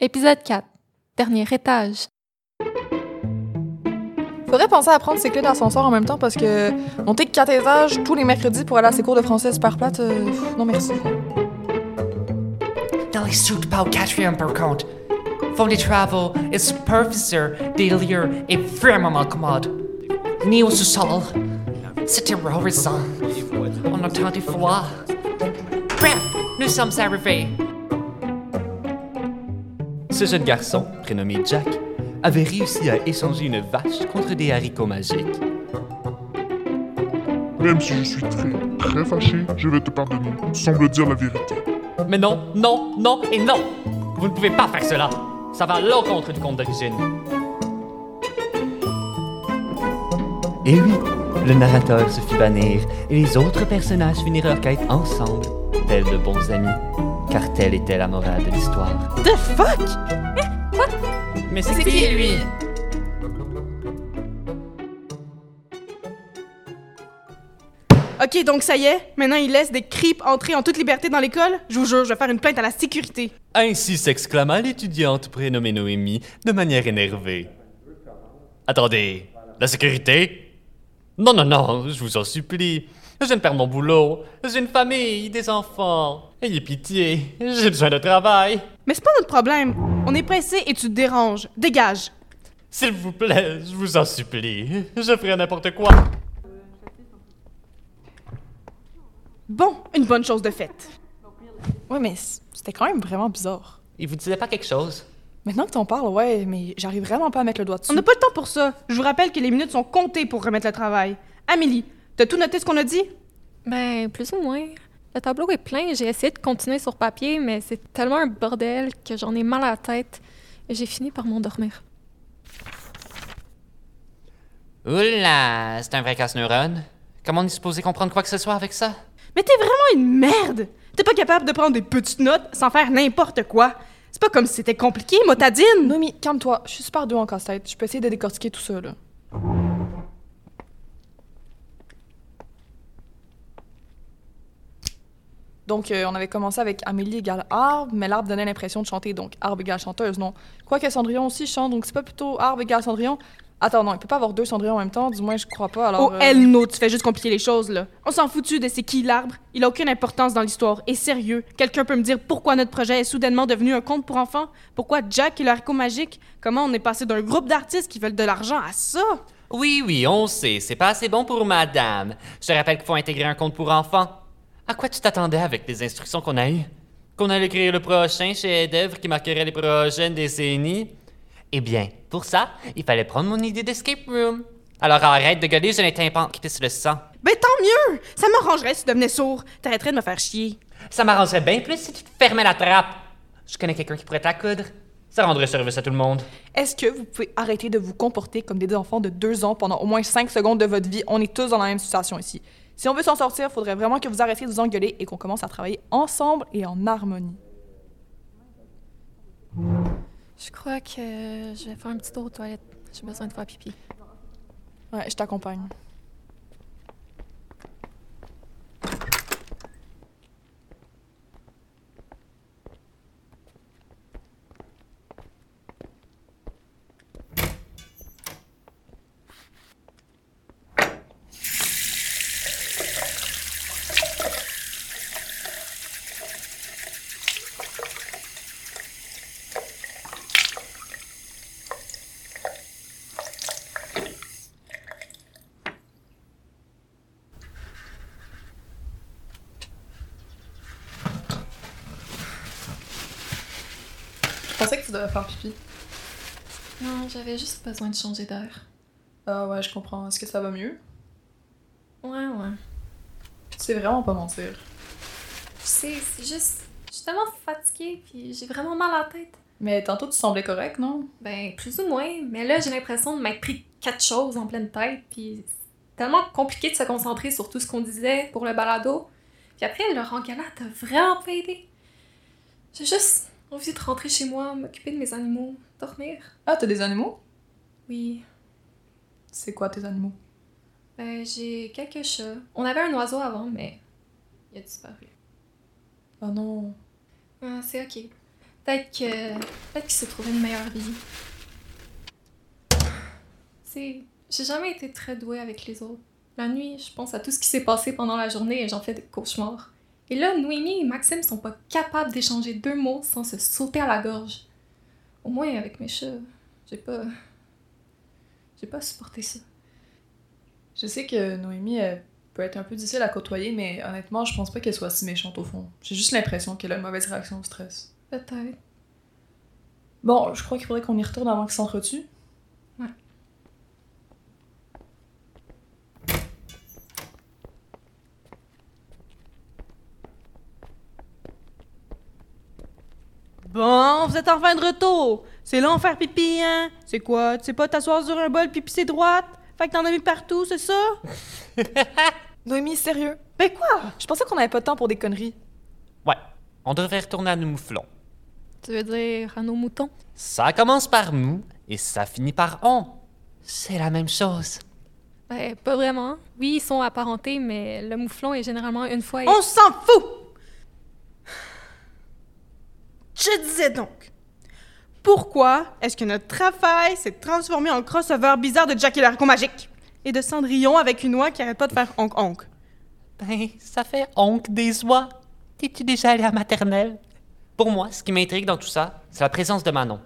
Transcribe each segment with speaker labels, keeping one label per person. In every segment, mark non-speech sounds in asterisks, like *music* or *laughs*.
Speaker 1: Épisode 4. Dernier étage.
Speaker 2: Faudrait penser à prendre ses clés d'ascenseur en même temps parce que monter quatre étages tous les mercredis pour aller à ses cours de français super plate, euh, pff, non merci.
Speaker 3: Daily Suit par quatrième par contre. Fond de travaux et superviseur des lieux est vraiment mal commode. Ni au sous-sol, c'est terrorisant. On entend des voix. Bref, nous sommes arrivés.
Speaker 4: Ce jeune garçon, prénommé Jack, avait réussi à échanger une vache contre des haricots magiques.
Speaker 5: Même si je suis très, très fâché, je vais te pardonner. Semble dire la vérité.
Speaker 3: Mais non, non, non et non! Vous ne pouvez pas faire cela! Ça va à l'encontre du compte d'origine.
Speaker 4: Et oui, le narrateur se fit bannir et les autres personnages finirent leur quête ensemble, tels de bons amis, car telle était la morale de l'histoire. The fuck? Mais c'est qui lui?
Speaker 6: Ok, donc ça y est, maintenant ils laissent des creeps entrer en toute liberté dans l'école? Je vous jure, je vais faire une plainte à la sécurité.
Speaker 4: Ainsi s'exclama l'étudiante prénommée Noémie de manière énervée.
Speaker 3: Attendez, la sécurité? Non, non, non, je vous en supplie. Je viens de perdre mon boulot. J'ai une famille, des enfants. Ayez pitié, j'ai besoin de travail.
Speaker 6: Mais c'est pas notre problème. On est pressé et tu te déranges. Dégage.
Speaker 3: S'il vous plaît, je vous en supplie. Je ferai n'importe quoi.
Speaker 6: Bon, une bonne chose de faite.
Speaker 2: Ouais, mais c- c'était quand même vraiment bizarre.
Speaker 3: Il vous disait pas quelque chose?
Speaker 2: Maintenant que t'en parles, ouais, mais j'arrive vraiment pas à mettre le doigt dessus.
Speaker 6: On n'a pas le temps pour ça. Je vous rappelle que les minutes sont comptées pour remettre le travail. Amélie, t'as tout noté ce qu'on a dit?
Speaker 1: Ben, plus ou moins. Le tableau est plein. J'ai essayé de continuer sur papier, mais c'est tellement un bordel que j'en ai mal à la tête. Et J'ai fini par m'endormir.
Speaker 3: Oula, c'est un vrai casse-neurone. Comment on est supposé comprendre quoi que ce soit avec ça?
Speaker 6: Mais t'es vraiment une merde! T'es pas capable de prendre des petites notes sans faire n'importe quoi. C'est pas comme si c'était compliqué, motadine!
Speaker 2: Noémie, calme-toi, je suis super douée en casse-tête. Je peux essayer de décortiquer tout ça, là. Donc, euh, on avait commencé avec Amélie égale arbre, mais l'arbre donnait l'impression de chanter, donc arbre égale chanteuse, non. Quoique Cendrillon aussi chante, donc c'est pas plutôt arbre égale Cendrillon. Attends, non, il peut pas avoir deux Cendrillon en même temps, du moins je crois pas, alors.
Speaker 6: oh,
Speaker 2: euh,
Speaker 6: elle, no, tu fais juste compliquer les choses, là. On s'en foutu de c'est qui l'arbre. Il a aucune importance dans l'histoire. Et sérieux, quelqu'un peut me dire pourquoi notre projet est soudainement devenu un conte pour enfants? Pourquoi Jack et le haricot magique? Comment on est passé d'un groupe d'artistes qui veulent de l'argent à ça?
Speaker 3: Oui, oui, on sait, c'est pas assez bon pour madame. Je te rappelle qu'il faut intégrer un compte pour enfants. À quoi tu t'attendais avec les instructions qu'on a eues? Qu'on allait créer le prochain chef-d'œuvre qui marquerait les prochaines décennies? Eh bien, pour ça, il fallait prendre mon idée d'escape room. Alors arrête de gueuler, j'ai les tympans qui pissent le sang.
Speaker 6: Ben tant mieux! Ça m'arrangerait si tu devenais sourd. T'arrêterais de me faire chier.
Speaker 3: Ça m'arrangerait bien plus si tu te fermais la trappe. Je connais quelqu'un qui pourrait t'accoudre. Ça rendrait service à tout le monde.
Speaker 2: Est-ce que vous pouvez arrêter de vous comporter comme des enfants de deux ans pendant au moins cinq secondes de votre vie? On est tous dans la même situation ici. Si on veut s'en sortir, faudrait vraiment que vous arrêtiez de vous engueuler et qu'on commence à travailler ensemble et en harmonie.
Speaker 1: Je crois que je vais faire un petit tour aux toilettes. J'ai besoin de faire pipi.
Speaker 2: Ouais, je t'accompagne. Je pensais que tu devais faire pipi.
Speaker 1: Non, j'avais juste besoin de changer d'air.
Speaker 2: Ah ouais, je comprends. Est-ce que ça va mieux?
Speaker 1: Ouais, ouais.
Speaker 2: Tu sais vraiment pas mentir.
Speaker 1: C'est c'est juste. Je suis tellement fatiguée, puis j'ai vraiment mal à la tête.
Speaker 2: Mais tantôt, tu semblais correct, non?
Speaker 1: Ben, plus ou moins. Mais là, j'ai l'impression de m'être pris quatre choses en pleine tête, puis c'est tellement compliqué de se concentrer sur tout ce qu'on disait pour le balado. Puis après, le rengalade t'a vraiment pas aidé. J'ai juste envie de rentrer chez moi, m'occuper de mes animaux, dormir.
Speaker 2: Ah, t'as des animaux?
Speaker 1: Oui.
Speaker 2: C'est quoi tes animaux?
Speaker 1: Ben, j'ai quelques chats. On avait un oiseau avant, mais il a disparu.
Speaker 2: Ah non.
Speaker 1: Ah, c'est ok. Peut-être que. Peut-être qu'il s'est trouvé une meilleure vie. C'est. J'ai jamais été très douée avec les autres. La nuit, je pense à tout ce qui s'est passé pendant la journée et j'en fais des cauchemars. Et là, Noémie et Maxime sont pas capables d'échanger deux mots sans se sauter à la gorge. Au moins avec mes chats, j'ai pas. J'ai pas supporté ça.
Speaker 7: Je sais que Noémie elle peut être un peu difficile à côtoyer, mais honnêtement, je pense pas qu'elle soit si méchante au fond. J'ai juste l'impression qu'elle a une mauvaise réaction au stress.
Speaker 1: Peut-être.
Speaker 7: Bon, je crois qu'il faudrait qu'on y retourne avant qu'ils s'entretuent.
Speaker 1: Ouais.
Speaker 6: Bon, vous êtes enfin de retour. C'est long faire pipi, hein? C'est quoi? Tu sais pas t'asseoir sur un bol puis pisser droite? Fait que t'en as mis partout, c'est ça?
Speaker 2: Noémie, sérieux?
Speaker 6: Ben quoi?
Speaker 2: Je pensais qu'on avait pas de temps pour des conneries.
Speaker 3: Ouais, on devrait retourner à nos mouflons.
Speaker 1: Tu veux dire à nos moutons?
Speaker 3: Ça commence par mou et ça finit par on. C'est la même chose.
Speaker 1: Ben, pas vraiment. Oui, ils sont apparentés, mais le mouflon est généralement une fois.
Speaker 6: On s'en fout! Je disais donc, pourquoi est-ce que notre travail s'est transformé en crossover bizarre de Jack et l'Arcon Magique? Et de Cendrillon avec une oie qui arrête pas de faire honk-honk.
Speaker 3: Ben, ça fait oncle des oies. T'es-tu déjà allé à maternelle? Pour moi, ce qui m'intrigue dans tout ça, c'est la présence de Manon.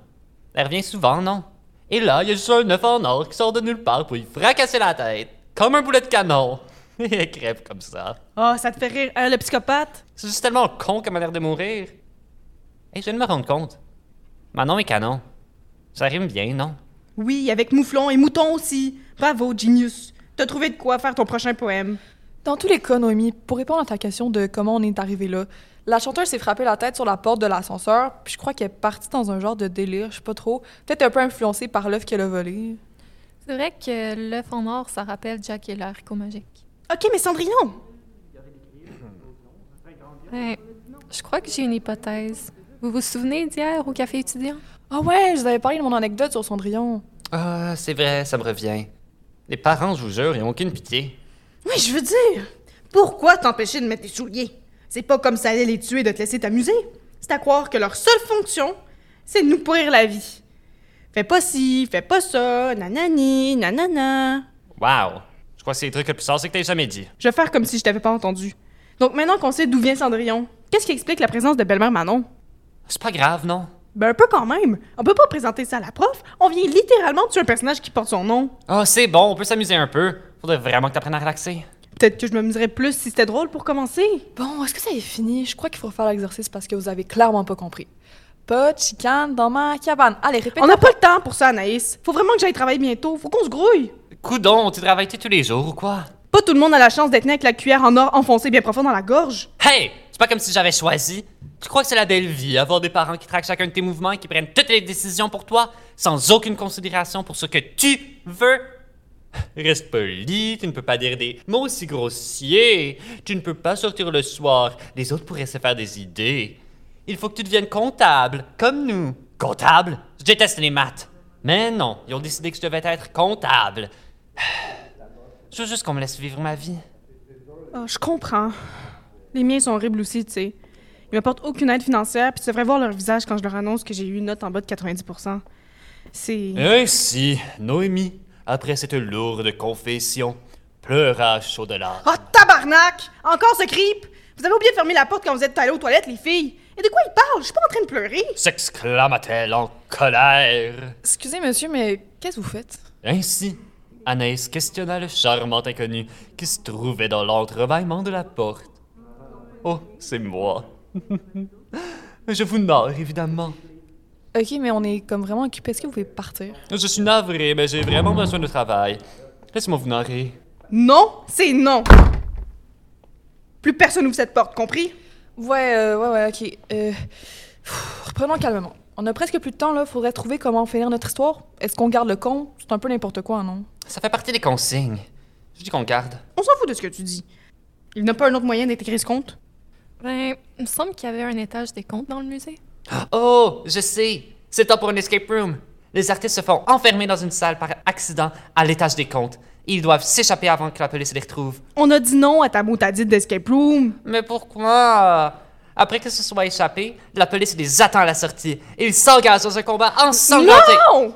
Speaker 3: Elle revient souvent, non? Et là, il y a juste un œuf en or qui sort *laughs* de nulle part pour lui fracasser la tête. Comme un boulet de canon. *laughs* Et elle crève comme ça.
Speaker 6: Oh, ça te fait rire, hein, le psychopathe?
Speaker 3: C'est juste tellement con comme a l'air de mourir. Et je viens de me rendre compte. Manon et canon. Ça rime bien, non?
Speaker 6: Oui, avec mouflon et mouton aussi. Bravo, genius. T'as trouvé de quoi faire ton prochain poème.
Speaker 2: Dans tous les cas, Noémie, pour répondre à ta question de comment on est arrivé là, la chanteuse s'est frappée la tête sur la porte de l'ascenseur, puis je crois qu'elle est partie dans un genre de délire, je sais pas trop, peut-être un peu influencée par l'œuf qu'elle a volé.
Speaker 1: C'est vrai que l'œuf en or, ça rappelle Jack et l'haricot magique.
Speaker 6: Ok, mais Cendrillon!
Speaker 1: Ouais, je crois que j'ai une hypothèse. Vous vous souvenez d'hier au café étudiant?
Speaker 2: Ah ouais, je vous avais parlé de mon anecdote sur Cendrillon.
Speaker 3: Ah, c'est vrai, ça me revient. Les parents, je vous jure, ils ont aucune pitié.
Speaker 6: Oui, je veux dire, pourquoi t'empêcher de mettre tes souliers? C'est pas comme ça allait les tuer de te laisser t'amuser. C'est à croire que leur seule fonction, c'est de nous pourrir la vie. Fais pas ci, fais pas ça, nanani, nanana.
Speaker 3: Wow! Je crois que c'est les trucs les plus sort, c'est que t'as jamais dit.
Speaker 6: Je vais faire comme si je t'avais pas entendu. Donc maintenant qu'on sait d'où vient Cendrillon, qu'est-ce qui explique la présence de belle-mère Manon?
Speaker 3: C'est pas grave, non?
Speaker 6: Ben un peu quand même. On peut pas présenter ça à la prof. On vient littéralement de tuer un personnage qui porte son nom.
Speaker 3: Ah, c'est bon, on peut s'amuser un peu. Faudrait vraiment que t'apprennes à relaxer.
Speaker 6: Peut-être que je m'amuserais plus si c'était drôle pour commencer.
Speaker 2: Bon, est-ce que ça est fini? Je crois qu'il faut faire l'exercice parce que vous avez clairement pas compris. Pas de chicane dans ma cabane. Allez, répète.
Speaker 6: On n'a pas le temps pour ça, Anaïs. Faut vraiment que j'aille travailler bientôt. Faut qu'on se grouille.
Speaker 3: Coudon, tu travailles tous les jours ou quoi?
Speaker 6: Pas tout le monde a la chance d'être né avec la cuillère en or enfoncée bien profond dans la gorge.
Speaker 3: Hey! C'est pas comme si j'avais choisi. Tu crois que c'est la belle vie, avoir des parents qui traquent chacun de tes mouvements et qui prennent toutes les décisions pour toi, sans aucune considération pour ce que tu veux? Reste poli, tu ne peux pas dire des mots aussi grossiers, tu ne peux pas sortir le soir, les autres pourraient se faire des idées. Il faut que tu deviennes comptable, comme nous. Comptable? Je déteste les maths. Mais non, ils ont décidé que je devais être comptable. Je veux juste qu'on me laisse vivre ma vie.
Speaker 6: Ah, je comprends. Les miens sont horribles aussi, tu sais. Ils m'apportent aucune aide financière, puis tu devrais voir leur visage quand je leur annonce que j'ai eu une note en bas de 90 C'est.
Speaker 4: Hein?
Speaker 3: Ainsi, Noémie, après cette lourde confession, pleura à chaud de larmes.
Speaker 6: Oh, tabarnak! Encore ce creep! Vous avez oublié de fermer la porte quand vous êtes allés aux toilettes, les filles! Et de quoi ils parlent? Je suis pas en train de pleurer!
Speaker 3: S'exclama-t-elle en colère.
Speaker 2: Excusez, monsieur, mais qu'est-ce que vous faites?
Speaker 3: Ainsi, Anaïs questionna le charmant inconnu qui se trouvait dans l'entrevaillement de la porte. Oh, c'est moi. *laughs* Je vous narre, évidemment.
Speaker 2: Ok, mais on est comme vraiment occupé. Est-ce que vous pouvez partir?
Speaker 3: Je suis navré, mais j'ai vraiment besoin de travail. Laissez-moi vous narrer.
Speaker 6: Non, c'est non! Plus personne ouvre cette porte, compris?
Speaker 2: Ouais, euh, ouais, ouais, ok. Euh, pff, reprenons calmement. On a presque plus de temps, là. Faudrait trouver comment finir notre histoire. Est-ce qu'on garde le con? C'est un peu n'importe quoi, non?
Speaker 3: Ça fait partie des consignes. Je dis qu'on garde.
Speaker 6: On s'en fout de ce que tu dis. Il n'a pas un autre moyen d'intégrer ce compte?
Speaker 1: Ben, il me semble qu'il y avait un étage des contes dans le musée.
Speaker 3: Oh, je sais. C'est temps pour une escape room. Les artistes se font enfermer dans une salle par accident à l'étage des comptes. Ils doivent s'échapper avant que la police les retrouve.
Speaker 6: On a dit non à ta boutadite d'escape room.
Speaker 3: Mais pourquoi Après que se soit échappé, la police les attend à la sortie. Et ils s'engagent dans un combat ensanglanté.
Speaker 6: Non!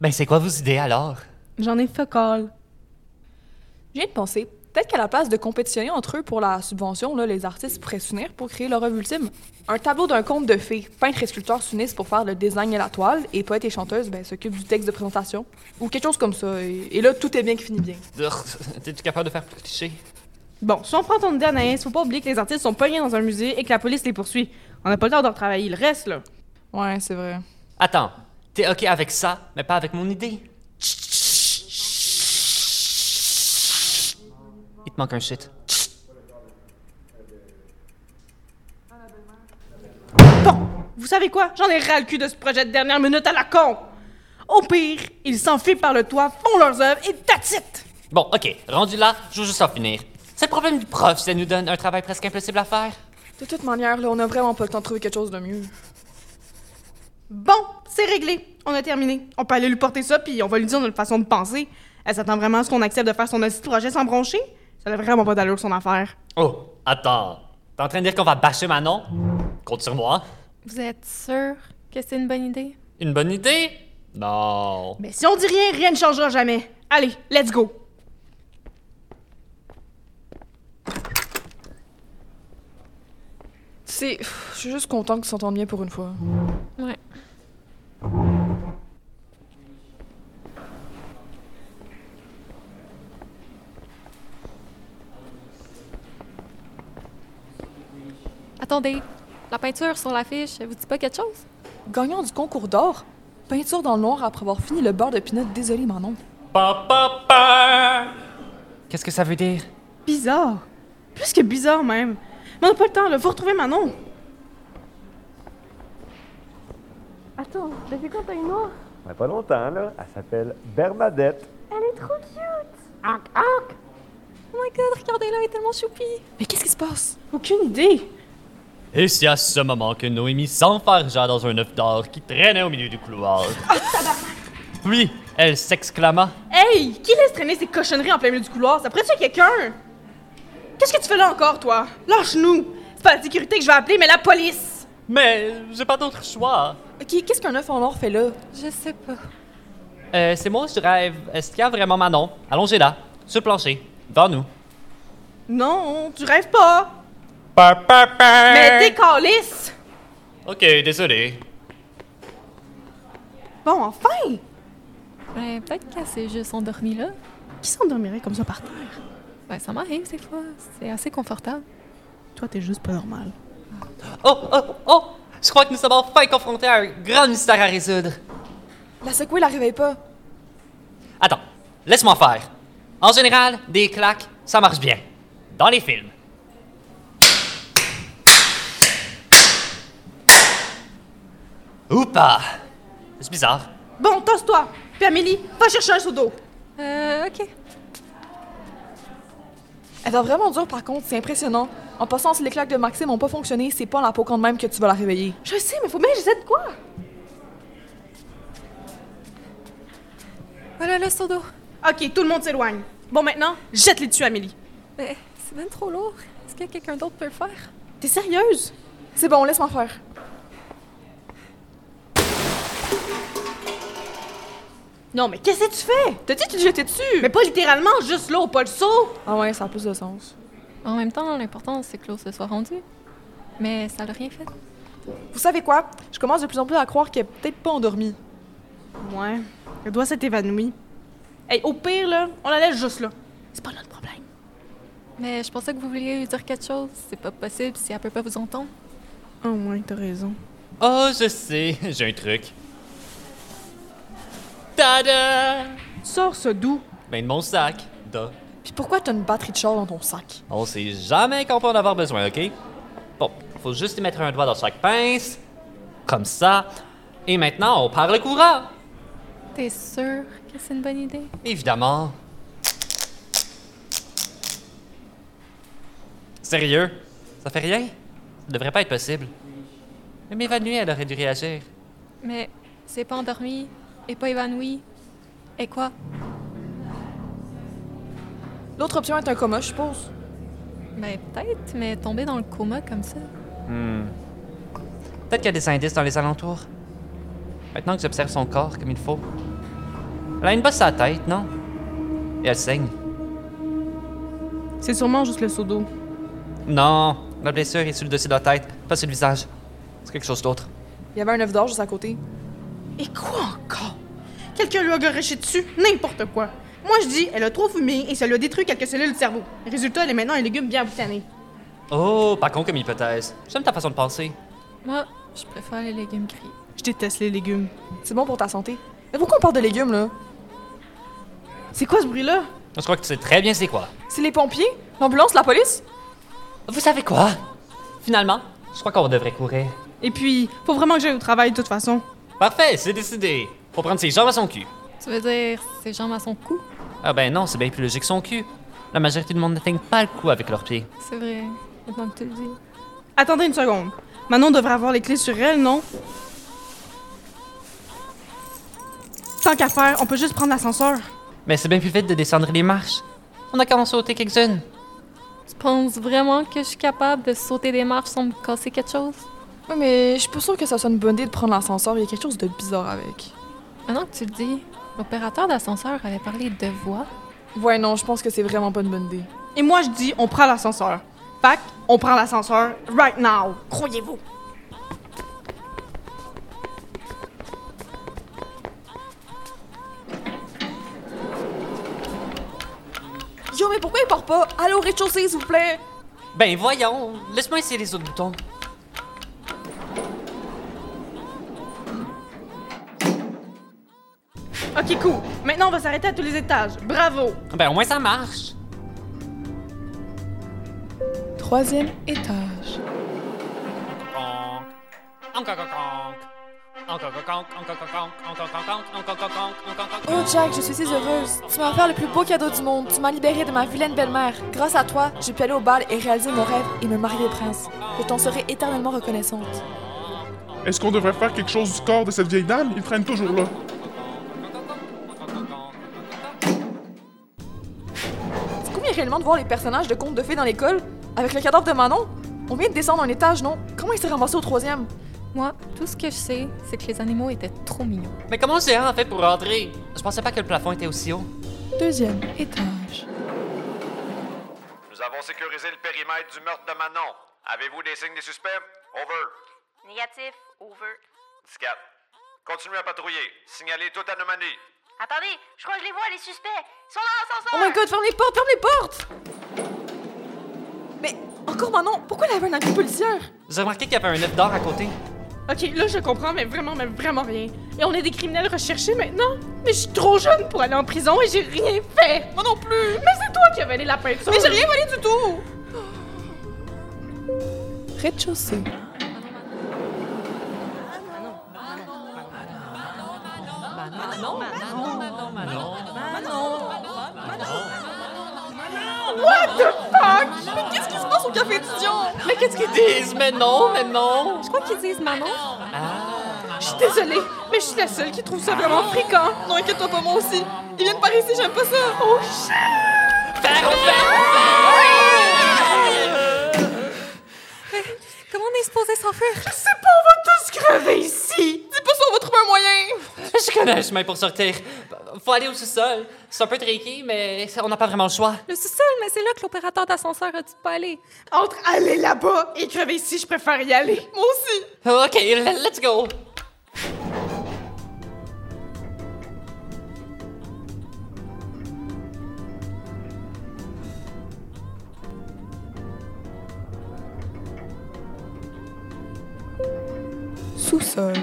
Speaker 3: Ben, c'est quoi vos idées alors?
Speaker 6: J'en ai fuck all.
Speaker 2: Je viens de penser, peut-être qu'à la place de compétitionner entre eux pour la subvention, là, les artistes pourraient s'unir pour créer leur œuvre ultime. Un tableau d'un conte de fées. Peintres et sculpteurs s'unissent pour faire le design et la toile, et poètes et chanteuses ben, s'occupent du texte de présentation. Ou quelque chose comme ça. Et, et là, tout est bien qui finit bien.
Speaker 3: Urgh, *laughs* T'es-tu capable de faire plus cliché?
Speaker 6: Bon, si on prend ton idée, Anaïs, faut pas oublier que les artistes sont pognés dans un musée et que la police les poursuit. On n'a pas le temps de retravailler le reste, là.
Speaker 2: Ouais, c'est vrai.
Speaker 3: Attends, t'es OK avec ça, mais pas avec mon idée. Il te manque un shit.
Speaker 6: Vous savez quoi? J'en ai ras le cul de ce projet de dernière minute à la con! Au pire, ils s'enfuient par le toit, font leurs œuvres et that's it!
Speaker 3: Bon, OK, rendu là, je veux juste en finir. C'est le problème du prof, ça nous donne un travail presque impossible à faire.
Speaker 2: De toute manière, là, on a vraiment pas le temps de trouver quelque chose de mieux.
Speaker 6: Bon, c'est réglé. On a terminé. On peut aller lui porter ça, puis on va lui dire notre façon de penser. Elle s'attend vraiment à ce qu'on accepte de faire son petit projet sans broncher? Ça n'a vraiment pas d'allure son affaire.
Speaker 3: Oh, attends. T'es en train de dire qu'on va bâcher Manon? Compte sur moi.
Speaker 1: Vous êtes sûr que c'est une bonne idée?
Speaker 3: Une bonne idée? Non.
Speaker 6: Mais si on dit rien, rien ne changera jamais. Allez, let's go!
Speaker 2: Tu sais, pff, je suis juste contente qu'ils s'entendent bien pour une fois.
Speaker 1: Ouais. Attendez, la peinture sur l'affiche, elle vous dit pas quelque chose?
Speaker 2: Gagnant du concours d'or, peinture dans le noir après avoir fini le beurre de pinot, désolé, mon oncle.
Speaker 3: Pa, pa, pa. Qu'est-ce que ça veut dire?
Speaker 6: Bizarre. Plus que bizarre, même. Mais on n'a pas le temps, là. Faut retrouver Manon.
Speaker 8: Attends, depuis quand t'as une noire
Speaker 9: Ouais, pas longtemps, là. Elle s'appelle Bermadette.
Speaker 8: Elle est trop cute
Speaker 1: Oh my god, regardez-la, elle est tellement choupie!
Speaker 2: Mais qu'est-ce qui se passe?
Speaker 6: Aucune idée.
Speaker 3: Et c'est à ce moment que Noémie s'enfargea dans un œuf d'or qui traînait au milieu du couloir. Puis, elle s'exclama.
Speaker 6: Hey! Qui laisse traîner ces cochonneries en plein milieu du couloir? Ça pourrait-tu quelqu'un? Qu'est-ce que tu fais là encore, toi? Lâche-nous! C'est pas la sécurité que je vais appeler, mais la police!
Speaker 3: Mais j'ai pas d'autre choix.
Speaker 2: Ok, qu'est-ce qu'un œuf en or fait là?
Speaker 1: Je sais pas.
Speaker 3: Euh, c'est moi, je rêve. Est-ce qu'il y a vraiment Manon? Allongez-la, sur le plancher, devant nous.
Speaker 6: Non, tu rêves pas!
Speaker 3: Pa, pa, pa.
Speaker 6: Mais t'es calice!
Speaker 3: Ok, désolé.
Speaker 6: Bon, enfin!
Speaker 1: Ben, peut-être qu'elle s'est juste endormie là.
Speaker 6: Qui s'endormirait comme ça par terre?
Speaker 1: Ben, ça m'arrive des fois. C'est assez confortable.
Speaker 6: Toi, t'es juste pas normal.
Speaker 3: Oh, oh, oh! Je crois que nous sommes enfin confrontés à un grand mystère à résoudre.
Speaker 2: La secouée la réveille pas.
Speaker 3: Attends, laisse-moi faire. En général, des claques, ça marche bien. Dans les films. Ou pas. C'est bizarre.
Speaker 6: Bon, tasse-toi! Puis Amélie, va chercher un seau d'eau!
Speaker 1: Euh, ok.
Speaker 2: Elle va vraiment dur par contre, c'est impressionnant. En passant, si les claques de Maxime ont pas fonctionné, c'est pas en la peau quand même que tu vas la réveiller.
Speaker 6: Je sais, mais faut bien que j'essaie de quoi?
Speaker 1: Voilà le seau d'eau.
Speaker 6: Ok, tout le monde s'éloigne. Bon, maintenant, jette-les dessus, Amélie.
Speaker 1: Mais Ben, c'est même trop lourd. Est-ce que quelqu'un d'autre peut le faire?
Speaker 6: T'es sérieuse?
Speaker 2: C'est bon, laisse-moi faire.
Speaker 6: Non, mais qu'est-ce que tu fais?
Speaker 2: T'as dit que tu le jetais dessus?
Speaker 6: Mais pas littéralement, juste l'eau, pas le seau!
Speaker 2: Ah ouais, ça a plus de sens.
Speaker 1: En même temps, l'important, c'est que l'eau se soit rendue. Mais ça l'a rien fait.
Speaker 2: Vous savez quoi? Je commence de plus en plus à croire qu'elle est peut-être pas endormie.
Speaker 6: Ouais, le doigt s'est évanoui. Hey, au pire, là, on la laisse juste là. C'est pas notre problème.
Speaker 1: Mais je pensais que vous vouliez lui dire quelque chose. C'est pas possible si elle peut pas vous entendre.
Speaker 6: Au moins, t'as raison.
Speaker 3: Oh, je sais, *laughs* j'ai un truc. Tada!
Speaker 6: Sors ce doux.
Speaker 3: Ben de mon sac. Da.
Speaker 2: Puis pourquoi t'as une batterie de char dans ton sac?
Speaker 3: On sait jamais quand on peut en avoir besoin, ok? Bon, faut juste y mettre un doigt dans chaque pince. Comme ça. Et maintenant, on part le courant.
Speaker 1: T'es sûr que c'est une bonne idée?
Speaker 3: Évidemment. Sérieux? Ça fait rien? Ça devrait pas être possible. Même évanouie, elle aurait dû réagir.
Speaker 1: Mais c'est pas endormi et pas évanoui. Et quoi?
Speaker 2: L'autre option est un coma, je suppose.
Speaker 1: Ben, peut-être, mais tomber dans le coma comme ça.
Speaker 3: Hmm. Peut-être qu'il y a des indices dans les alentours. Maintenant que j'observe son corps comme il faut. Elle a une bosse à la tête, non? Et elle saigne.
Speaker 6: C'est sûrement juste le seau d'eau.
Speaker 3: Non, la blessure est sur le dessus de la tête, pas sur le visage. C'est quelque chose d'autre.
Speaker 2: Il y avait un œuf d'or juste à côté.
Speaker 6: Et quoi encore? Quelqu'un lui a garoché dessus, n'importe quoi. Moi, je dis, elle a trop fumé et ça lui a détruit quelques cellules du cerveau. Résultat, elle est maintenant un légume bien boucané.
Speaker 3: Oh, pas con comme hypothèse. J'aime ta façon de penser.
Speaker 1: Moi, je préfère les légumes gris.
Speaker 6: Je déteste les légumes.
Speaker 2: C'est bon pour ta santé. Mais pourquoi on parle de légumes, là?
Speaker 6: C'est quoi ce bruit-là?
Speaker 3: Je crois que tu sais très bien c'est quoi.
Speaker 2: C'est les pompiers? L'ambulance? La police?
Speaker 3: Vous savez quoi? Finalement, je crois qu'on devrait courir.
Speaker 6: Et puis, faut vraiment que j'aille au travail de toute façon.
Speaker 3: Parfait, c'est décidé. Faut prendre ses jambes à son cul.
Speaker 1: Tu veux dire ses jambes à son cou?
Speaker 3: Ah ben non, c'est bien plus logique son cul. La majorité du monde n'atteigne pas le cou avec leurs pieds.
Speaker 1: C'est vrai, maintenant que tu le dis.
Speaker 6: Attendez une seconde. Manon devrait avoir les clés sur elle, non? Tant qu'à faire, on peut juste prendre l'ascenseur.
Speaker 3: Mais c'est bien plus vite de descendre les marches. On a qu'à en sauter quelques-unes.
Speaker 1: Tu penses vraiment que je suis capable de sauter des marches sans me casser quelque chose?
Speaker 2: Oui, mais je suis pas sûre que ça soit une bonne idée de prendre l'ascenseur. Il y a quelque chose de bizarre avec.
Speaker 1: Maintenant que tu le dis, l'opérateur d'ascenseur avait parlé de voix.
Speaker 2: Ouais, non, je pense que c'est vraiment pas une bonne idée.
Speaker 6: Et moi, je dis, on prend l'ascenseur. Pac, on prend l'ascenseur right now. Croyez-vous.
Speaker 2: Yo, mais pourquoi il part pas? Allez au rez-de-chaussée, s'il vous plaît!
Speaker 3: Ben voyons, laisse-moi essayer les autres boutons.
Speaker 6: Ok, cool. Maintenant, on va s'arrêter à tous les étages. Bravo.
Speaker 3: Ben au moins ça marche.
Speaker 2: Troisième étage.
Speaker 3: Conk. Encococonk. Encococonk, encococonk, encococonk, encococonk, encococonk.
Speaker 10: Oh Jack, je suis si heureuse. Tu m'as offert le plus beau cadeau du monde. Tu m'as libérée de ma vilaine belle-mère. Grâce à toi, j'ai pu aller au bal et réaliser mon rêve et me marier au prince. Je t'en serai éternellement reconnaissante.
Speaker 5: Est-ce qu'on devrait faire quelque chose du corps de cette vieille dame Il traîne toujours là.
Speaker 2: C'est combien réellement de voir les personnages de contes de fées dans l'école? Avec le cadavre de Manon? On vient de descendre un étage, non? Comment il s'est ramassé au troisième?
Speaker 1: Moi, tout ce que je sais, c'est que les animaux étaient trop mignons.
Speaker 3: Mais comment j'ai en fait pour rentrer? Je pensais pas que le plafond était aussi haut.
Speaker 2: Deuxième étage.
Speaker 11: Nous avons sécurisé le périmètre du meurtre de Manon. Avez-vous des signes des suspects? Over.
Speaker 12: Négatif, over.
Speaker 11: 4. Continuez à patrouiller. Signalez toute anomalie.
Speaker 12: Attendez, je crois que je les vois, les suspects. Ils sont dans l'ascenseur.
Speaker 2: Oh my god, ferme les portes, ferme les portes! Mais encore Manon, pourquoi elle avait un habit policière?
Speaker 3: J'ai remarqué qu'il y avait un œuf d'or à côté.
Speaker 6: Ok, là, je comprends, mais vraiment, mais vraiment rien. Et on est des criminels recherchés maintenant? Mais je suis trop jeune pour aller en prison et j'ai rien fait. Moi non plus. Mais c'est toi qui as volé la peinture. Mais j'ai rien volé du tout.
Speaker 2: Rez-de-chaussée. Qu'est-ce qui se passe au café étudiant?
Speaker 3: Mais qu'est-ce qu'ils disent? Mais non, mais non!
Speaker 1: Je crois qu'ils disent Manon.
Speaker 6: Je suis désolée, mais je suis la seule qui trouve ça vraiment fréquent.
Speaker 2: Non, inquiète-toi pas, moi aussi. Ils viennent par ici, j'aime pas ça. Oh, shit!
Speaker 1: Comment on est supposé s'enfuir?
Speaker 6: C'est pas, on va tous crever ici.
Speaker 2: Dis pas ça, on va trouver un moyen.
Speaker 3: *laughs* Je connais un chemin pour sortir. Faut aller au sous-sol. C'est un peu tricky, mais on n'a pas vraiment le choix.
Speaker 1: Le sous-sol, mais c'est là que l'opérateur d'ascenseur a dû pas aller.
Speaker 6: Entre aller là-bas et crever ici, je préfère y aller.
Speaker 2: Moi aussi.
Speaker 3: OK, let's go!
Speaker 2: Sous-sol.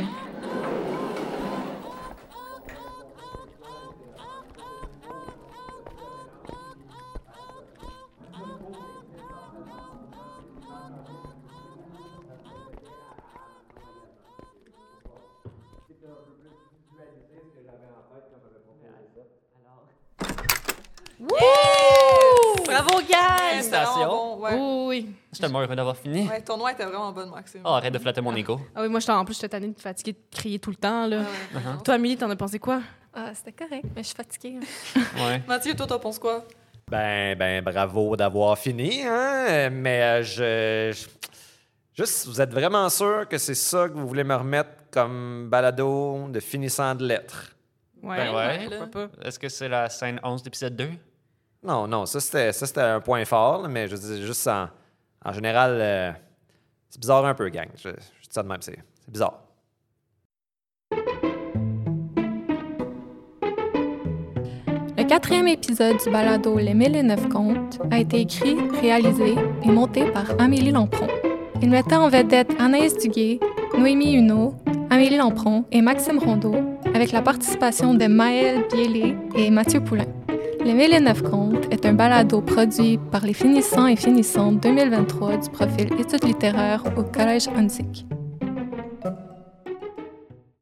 Speaker 6: Bravo, gars.
Speaker 3: Félicitations!
Speaker 2: ouais.
Speaker 6: oui.
Speaker 3: Je suis tellement heureux d'avoir fini.
Speaker 2: Ouais, ton noix était vraiment bonne, Maxime.
Speaker 3: Oh, arrête de flatter mon ego.
Speaker 6: Ah oui, moi, je t'en- en plus, je t'ai tannée de fatiguer de crier tout le temps, là.
Speaker 2: Uh-huh.
Speaker 6: Toi, Amélie, t'en as pensé quoi?
Speaker 1: Ah, c'était correct, mais je suis fatiguée.
Speaker 3: Ouais.
Speaker 2: Mathieu, toi, t'en penses quoi?
Speaker 11: Ben, ben, bravo d'avoir fini, hein? Mais euh, je, je- Juste, vous êtes vraiment sûr que c'est ça que vous voulez me remettre comme balado de finissant de lettres?
Speaker 6: Ouais,
Speaker 3: Ben ouais,
Speaker 6: pourquoi
Speaker 3: là. Est-ce que c'est la scène 11 d'épisode 2?
Speaker 11: Non, non, ça c'était, ça, c'était un point fort, là, mais je dis juste en, en général, euh, c'est bizarre un peu, gang. Je, je dis ça de même, c'est, c'est bizarre.
Speaker 1: Le quatrième épisode du balado Les Mille et Neuf Contes a été écrit, réalisé et monté par Amélie Lampron. Il mettait en vedette Anaïs Duguay, Noémie Huneau, Amélie Lampron et Maxime Rondeau, avec la participation de Maëlle Biélé et Mathieu Poulain. Les Mille et Neuf Contes est un balado produit par les finissants et finissantes 2023 du profil Études littéraires au Collège Antique.